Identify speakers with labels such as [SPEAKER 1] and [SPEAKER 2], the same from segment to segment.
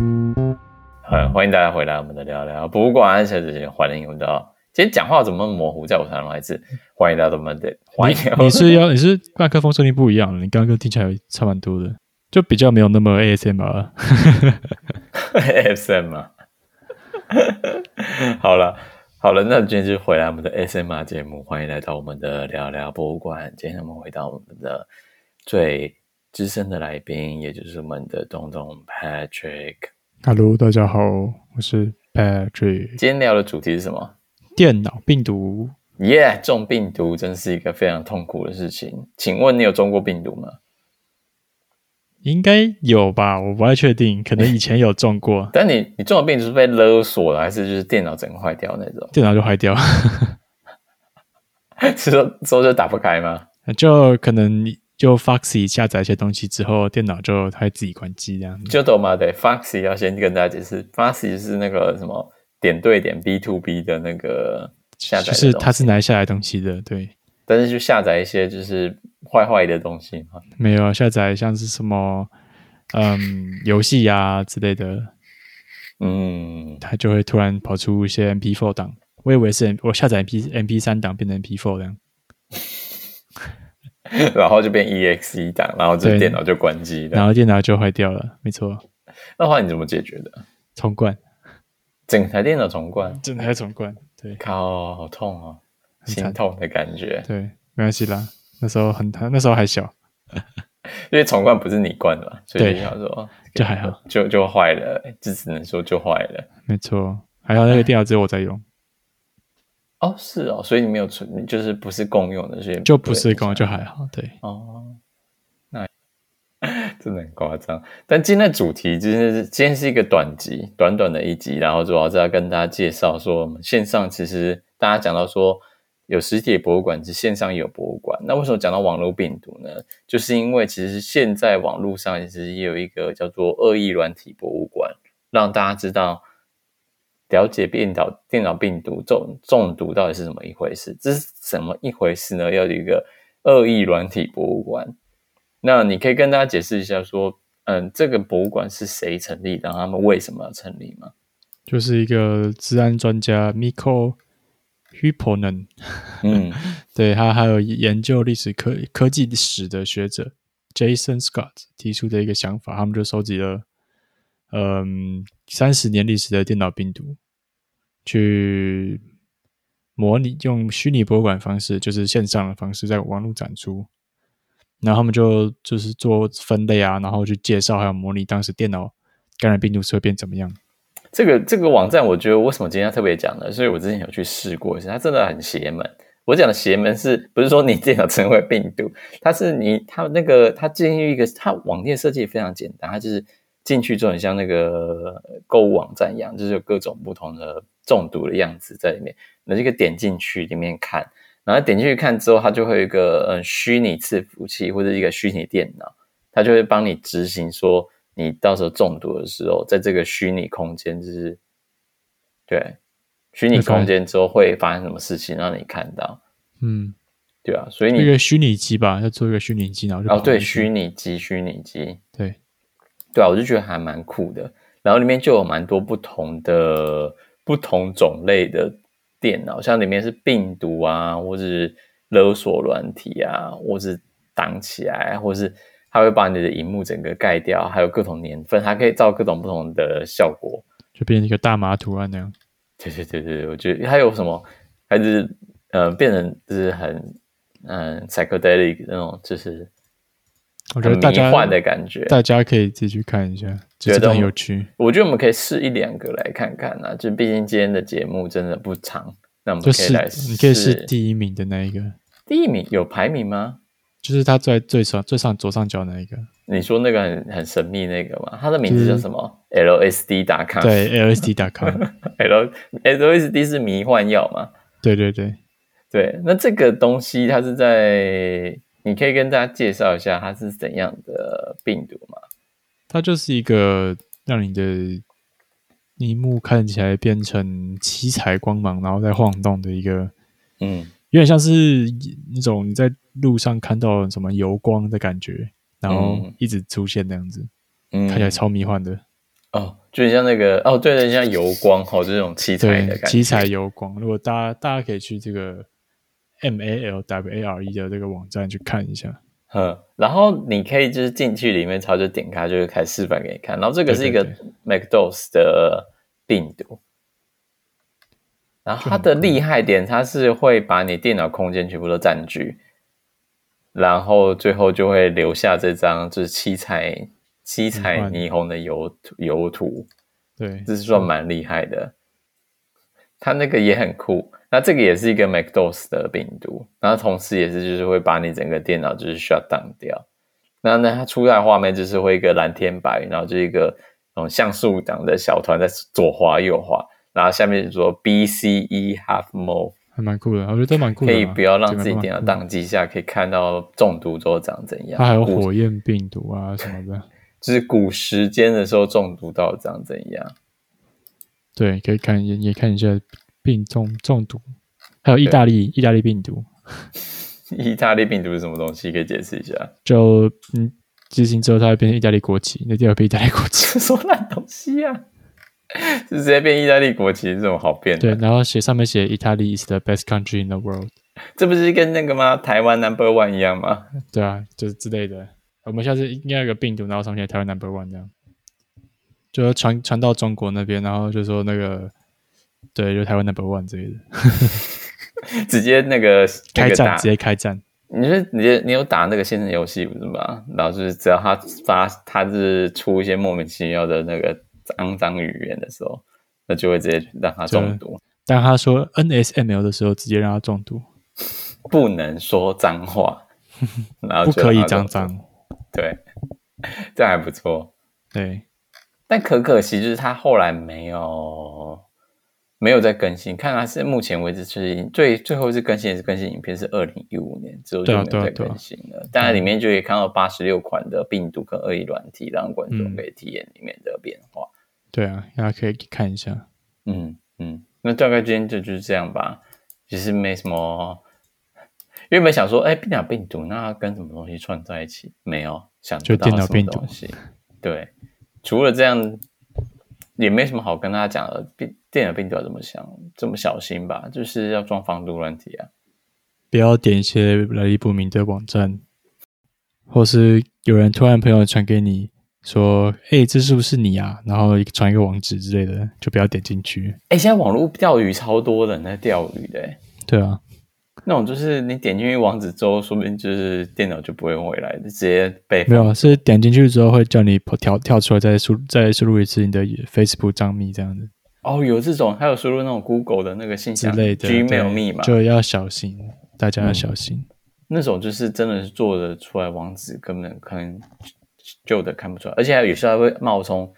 [SPEAKER 1] 嗯欢迎大家回来，我们的聊聊不管小姐姐，欢迎回到。今天讲话怎么模糊？在我常常还是欢迎大家怎么的，嗯欢迎
[SPEAKER 2] 你是 要你是麦克风声音不一样了，你刚刚听起来差蛮多的，就比较没有那么 ASMR。
[SPEAKER 1] SM 啊。好了好了，那今天就回来我们的 SMR 节目，欢迎来到我们的聊聊博物馆。今天我们回到我们的最资深的来宾，也就是我们的东东 Patrick。
[SPEAKER 2] Hello，大家好，我是 Patrick。
[SPEAKER 1] 今天聊的主题是什么？
[SPEAKER 2] 电脑病毒
[SPEAKER 1] 耶、中病毒真是一个非常痛苦的事情。请问你有中过病毒吗？
[SPEAKER 2] 应该有吧？我不太确定，可能以前有中过，
[SPEAKER 1] 但你你中的病毒是被勒索的，还是就是电脑整个坏掉那种？
[SPEAKER 2] 电脑就坏掉，
[SPEAKER 1] 是说说就打不开吗？
[SPEAKER 2] 就可能就 Foxy 下载一些东西之后，电脑就它会自己关机这样子。
[SPEAKER 1] 就懂吗？对，Foxy 要先跟大家解释，Foxy 是那个什么点对点 B to B 的那个下载的
[SPEAKER 2] 就
[SPEAKER 1] 东西，
[SPEAKER 2] 是它是拿下来东西的，对，
[SPEAKER 1] 但是就下载一些就是坏坏的东西嘛。
[SPEAKER 2] 没有啊下载像是什么嗯游戏呀之类的，
[SPEAKER 1] 嗯，
[SPEAKER 2] 它就会突然跑出一些 MP4 档。我以为是 M, 我下载 MP MP 三档变成 MP4 这样，
[SPEAKER 1] 然后就变 EXE 档，然后这
[SPEAKER 2] 对
[SPEAKER 1] 电脑就关机
[SPEAKER 2] 然
[SPEAKER 1] 了。
[SPEAKER 2] 后电脑就坏掉了。没错，
[SPEAKER 1] 那话你怎么解决的？
[SPEAKER 2] 重灌，
[SPEAKER 1] 整台电脑重灌，
[SPEAKER 2] 真的还重灌，对
[SPEAKER 1] 靠，好痛哦，
[SPEAKER 2] 很惨
[SPEAKER 1] 心痛的感觉。
[SPEAKER 2] 对，没关系啦。那时候很那时候还小，
[SPEAKER 1] 因为重灌不是你灌的嘛，所以
[SPEAKER 2] 对
[SPEAKER 1] 就想说哦
[SPEAKER 2] 就还好，
[SPEAKER 1] 就就坏了，欸就只能说就坏了。
[SPEAKER 2] 没错。还有那个电脑只有我在用，
[SPEAKER 1] 哦，是哦，所以你没有存，就是不是共用的，所以
[SPEAKER 2] 就不是
[SPEAKER 1] 共
[SPEAKER 2] 跟我就还好，对，
[SPEAKER 1] 哦，那 真的很夸张。但今天的主题就是今天是一个短集，短短的一集，然后主要是要跟大家介绍说，我们线上其实大家讲到说有实体的博物馆，是线上也有博物馆。那为什么讲到网络病毒呢？就是因为其实现在网络上其实也有一个叫做恶意软体博物馆，让大家知道。了解电脑电脑病毒中中毒到底是怎么一回事？这是怎么一回事呢？要有一个恶意软体博物馆。那你可以跟大家解释一下，说，嗯，这个博物馆是谁成立的，然后他们为什么要成立吗？
[SPEAKER 2] 就是一个治安专家 Miko h u p o n e n
[SPEAKER 1] 嗯，
[SPEAKER 2] 对他还有研究历史科科技史的学者 Jason Scott 提出的一个想法，他们就收集了嗯三十年历史的电脑病毒，去模拟用虚拟博物馆方式，就是线上的方式，在网络展出。然后他们就就是做分类啊，然后去介绍还有模拟当时电脑感染病毒是会变怎么样。
[SPEAKER 1] 这个这个网站，我觉得为什么今天要特别讲呢？所以我之前有去试过一下，它真的很邪门。我讲的邪门是不是说你电脑成为病毒？它是你它那个它进入一个它网页设计非常简单，它就是进去之后很像那个呃购物网站一样，就是有各种不同的中毒的样子在里面。那这个点进去里面看，然后点进去看之后，它就会有一个嗯虚拟伺服器或者一个虚拟电脑。它就会帮你执行说，你到时候中毒的时候，在这个虚拟空间就是，对，虚拟空间之后会发生什么事情让你看到，
[SPEAKER 2] 嗯，
[SPEAKER 1] 对啊，所以
[SPEAKER 2] 一
[SPEAKER 1] 你
[SPEAKER 2] 个虚拟机吧，要做一个虚拟机，然后就
[SPEAKER 1] 哦，对，
[SPEAKER 2] 跑进去
[SPEAKER 1] 虚拟机，虚拟机，
[SPEAKER 2] 对，
[SPEAKER 1] 对啊，我就觉得还蛮酷的。然后里面就有蛮多不同的、不同种类的电脑，像里面是病毒啊，或是勒索软体啊，或是挡起来，或是它会把你的荧幕整个盖掉，还有各种年份，它可以造各种不同的效果。
[SPEAKER 2] 就变成一个大麻图案那样。
[SPEAKER 1] 对对对对，我觉得还有什么，还是呃，变成就是很嗯 psychedelic 那种，就是
[SPEAKER 2] 我觉
[SPEAKER 1] 很
[SPEAKER 2] 得大
[SPEAKER 1] 迷
[SPEAKER 2] 家
[SPEAKER 1] 幻的感觉。
[SPEAKER 2] 大家可以自己去看一下，
[SPEAKER 1] 觉
[SPEAKER 2] 就真
[SPEAKER 1] 得
[SPEAKER 2] 的
[SPEAKER 1] 我
[SPEAKER 2] 很有趣。
[SPEAKER 1] 我觉得我们可以试一两个来看看啊，就毕竟今天的节目真的不长，那我们
[SPEAKER 2] 就
[SPEAKER 1] 可以
[SPEAKER 2] 是
[SPEAKER 1] 来
[SPEAKER 2] 你可以是第一名的那一个，
[SPEAKER 1] 第一名有排名吗？
[SPEAKER 2] 就是他在最上最上左上角那一个，
[SPEAKER 1] 你说那个很很神秘那个吗？它的名字叫什么？LSD 打卡。
[SPEAKER 2] 对 LSD.com，
[SPEAKER 1] ，L LSD 是迷幻药嘛？
[SPEAKER 2] 对对对，
[SPEAKER 1] 对，那这个东西它是在，你可以跟大家介绍一下它是怎样的病毒吗？
[SPEAKER 2] 它就是一个让你的荧幕看起来变成七彩光芒，然后再晃动的一个，
[SPEAKER 1] 嗯，
[SPEAKER 2] 有点像是那种你在路上看到什么油光的感觉，然后
[SPEAKER 1] 嗯
[SPEAKER 2] 一直出现那样子，
[SPEAKER 1] 嗯
[SPEAKER 2] 看起来超迷幻的。
[SPEAKER 1] 哦，就很像那个哦，对对，像油光哦，这种七彩的
[SPEAKER 2] 对，
[SPEAKER 1] 感觉，
[SPEAKER 2] 七彩油光。如果大家大家可以去这个 M A L W A R E 的这个网站去看一下。
[SPEAKER 1] 嗯，然后你可以就是进去里面，它就点开，就会开示范给你看。然后这个是一个
[SPEAKER 2] 对
[SPEAKER 1] McDose 的病毒，然后它的厉害点，它是会把你电脑空间全部都占据，然后最后就会留下这张就是七彩七彩
[SPEAKER 2] 迷
[SPEAKER 1] 霓
[SPEAKER 2] 幻
[SPEAKER 1] 虹的油图油图，
[SPEAKER 2] 对，
[SPEAKER 1] 这是算蛮厉害的。它那个也很酷，那这个也是一个 MacDos 的病毒，然后同时也是就是会把你整个电脑就是 shut down 掉。那那它出来的画面就是会一个蓝天白云，然后就一个嗯像素党的小团在左滑右滑，然后下面就说 B C E half more，
[SPEAKER 2] 还蛮酷的，我觉得都蛮酷的
[SPEAKER 1] 可
[SPEAKER 2] 啊。
[SPEAKER 1] 以不要让
[SPEAKER 2] 这个
[SPEAKER 1] 自己
[SPEAKER 2] 蛮
[SPEAKER 1] 电脑
[SPEAKER 2] 酷的
[SPEAKER 1] 宕机下可以看到中毒之后长怎样，
[SPEAKER 2] 嗯它还有
[SPEAKER 1] 古
[SPEAKER 2] 火焰病毒啊什么的，
[SPEAKER 1] 就是古时间的时候中毒到底长怎样。
[SPEAKER 2] 对，可以看也也看一下病中中毒，还有意大利意大利病毒，
[SPEAKER 1] 意大利病毒是什么东西？可以解释一下？
[SPEAKER 2] 就嗯执行之后它会变成意大利国旗，那第二批意大利国 旗，
[SPEAKER 1] 这什么烂东西 呀、啊？就直接变意大利国旗，这种好变
[SPEAKER 2] 对，
[SPEAKER 1] 的？
[SPEAKER 2] 然后写上面写 Italy is the best country in the world，
[SPEAKER 1] 这不是跟那个吗？台湾 Number One 一样吗？
[SPEAKER 2] 对啊，就是之类的。我们下次应该有个病毒，然后上面写台湾 number one 这样，就传传到中国那边，然后就说那个对，就台湾 number one 之类的，
[SPEAKER 1] 直接那个那
[SPEAKER 2] 开
[SPEAKER 1] 个
[SPEAKER 2] 战
[SPEAKER 1] 打
[SPEAKER 2] 直，接开战，
[SPEAKER 1] 你是你你有打那个线上游戏不是吗？然后就是只要他发他是出一些莫名其妙的那个肮脏语言的时候，那就会直接让他中毒，
[SPEAKER 2] 当他说 NSML 的时候，直接让他中毒，
[SPEAKER 1] 不能说脏 话，然后
[SPEAKER 2] 不
[SPEAKER 1] 就
[SPEAKER 2] 可以
[SPEAKER 1] 啊让他
[SPEAKER 2] 脏
[SPEAKER 1] 中毒，
[SPEAKER 2] 脏，
[SPEAKER 1] 对， 这样还不错。
[SPEAKER 2] 对，
[SPEAKER 1] 但可可惜就是它后来没有没有再更新，看来是目前为止就是最最后一次更新也是更新影片是二零一五年之后就
[SPEAKER 2] 对
[SPEAKER 1] 没
[SPEAKER 2] 啊
[SPEAKER 1] 有再
[SPEAKER 2] 对啊
[SPEAKER 1] 更新了。但它里面就可以看到八十六款的病毒跟恶意软体，让观众
[SPEAKER 2] 嗯
[SPEAKER 1] 可以体验里面的变化。
[SPEAKER 2] 对啊，大家可以看一下。
[SPEAKER 1] 嗯嗯，那大概今天就就是这样吧，其实没什么。原本想说，哎、病毒病毒那跟什么东西串在一起？没有想不
[SPEAKER 2] 就
[SPEAKER 1] 到
[SPEAKER 2] 电脑
[SPEAKER 1] 什么
[SPEAKER 2] 病毒
[SPEAKER 1] 东西。对，除了这样，也没什么好跟大家讲的。病电脑病毒要怎么想，这么小心吧，就是要装防毒软体啊。
[SPEAKER 2] 不要点一些来历不明的网站，或是有人突然朋友传给你说：“哎、这是不是你啊？”然后传一个网址之类的，就不要点进去。
[SPEAKER 1] 哎、现在网络钓鱼超多人在钓鱼的、哎
[SPEAKER 2] 对啊，
[SPEAKER 1] 那种就是你点进去网址之后，说不定就是电脑就不会回来，就直接被
[SPEAKER 2] 没有啊，是点进去之后会叫你跑跳跳出来再输再输入一次你的 Facebook 账密这样子
[SPEAKER 1] 哦，有这种，还有输入那种 Google 的那个信
[SPEAKER 2] 之
[SPEAKER 1] 箱
[SPEAKER 2] 类的对
[SPEAKER 1] Gmail 密码，嗯
[SPEAKER 2] 就要小心，大家要小心。
[SPEAKER 1] 那种就是真的是做的出来网址，根本可能旧的看不出来，而且还有时候还会冒充。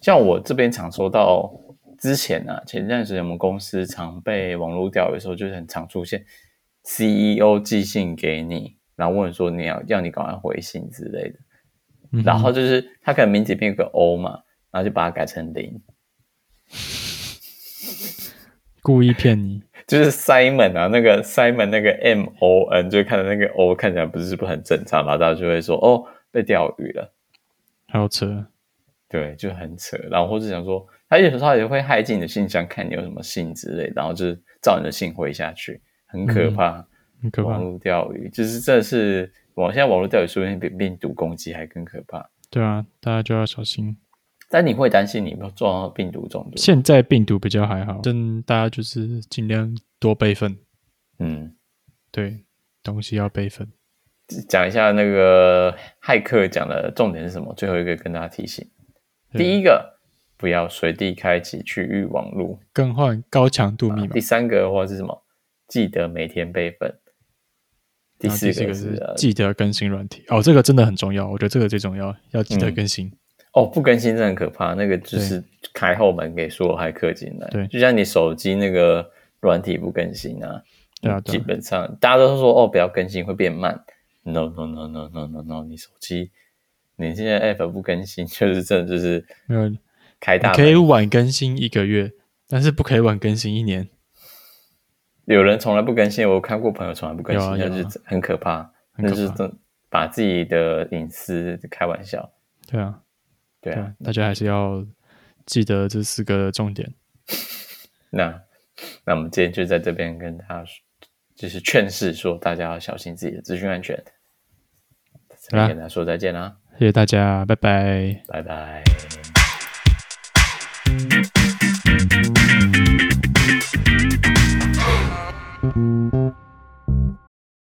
[SPEAKER 1] 像我这边常收到之前啊，前段时间我们公司常被网络钓鱼的时候，就是很常出现 CEO 寄信给你，然后问说你要要你赶快回信之类的，
[SPEAKER 2] 嗯哼
[SPEAKER 1] 然后就是他可能名字里面有个 O 嘛，然后就把它改成零，
[SPEAKER 2] 故意骗你，
[SPEAKER 1] 就是 Simon 啊，那个 Simon 那个 M O N，就看到那个 O 看起来不是不是很正常，然后大家就会说哦被钓鱼了，
[SPEAKER 2] 好扯。
[SPEAKER 1] 对，就很扯。然后或者想说，他有时候也会害进你的信箱，看你有什么信之类，然后就是照你的信回下去，很可怕。
[SPEAKER 2] 很嗯可怕
[SPEAKER 1] 网，络钓鱼就是这是网现在网络钓鱼说不定比病毒攻击还更可怕。
[SPEAKER 2] 对啊，大家就要小心。
[SPEAKER 1] 但你会担心你有撞到病毒中毒？
[SPEAKER 2] 现在病毒比较还好，但大家就是尽量多备份，
[SPEAKER 1] 嗯，
[SPEAKER 2] 对，东西要备份。
[SPEAKER 1] 讲一下那个骇客讲的重点是什么？最后一个跟大家提醒。
[SPEAKER 2] 对
[SPEAKER 1] 第一个，不要随地开启区域网络。
[SPEAKER 2] 更换高强度密码
[SPEAKER 1] 啊第，三个的话是什么？记得每天备份。第
[SPEAKER 2] 然后
[SPEAKER 1] 四
[SPEAKER 2] 第
[SPEAKER 1] 个
[SPEAKER 2] 是
[SPEAKER 1] 呃
[SPEAKER 2] 记得更新软体。哦，这个真的很重要，我觉得这个最重要，要记得
[SPEAKER 1] 嗯
[SPEAKER 2] 更新。
[SPEAKER 1] 哦，不更新真的很可怕，那个就是开后门给所有骇客进来。
[SPEAKER 2] 对
[SPEAKER 1] 就像你手机那个软体不更新啊，
[SPEAKER 2] 对啊对
[SPEAKER 1] 基
[SPEAKER 2] 啊
[SPEAKER 1] 本上大家都说哦，不要更新会变慢。No no no no no no no，你手机你现在 app 不更新，就是真的就是
[SPEAKER 2] 没有，你
[SPEAKER 1] 开大
[SPEAKER 2] 可以
[SPEAKER 1] 门。
[SPEAKER 2] 晚更新一个月，但是不可以晚更新一年。
[SPEAKER 1] 有人从来不更新，我看过朋友从来不更新，
[SPEAKER 2] 有啊
[SPEAKER 1] 那
[SPEAKER 2] 有啊
[SPEAKER 1] 就是很可怕，
[SPEAKER 2] 很
[SPEAKER 1] 那
[SPEAKER 2] 可怕
[SPEAKER 1] 就是真把自己的隐私开玩笑。
[SPEAKER 2] 对啊，
[SPEAKER 1] 对啊
[SPEAKER 2] 对啊，，大家还是要记得这四个重点。
[SPEAKER 1] 那那我们今天就在这边跟大家说，就是劝示说大家要小心自己的资讯安全。这边跟大家说再见啦，
[SPEAKER 2] 谢谢大家，拜拜。
[SPEAKER 1] 拜拜。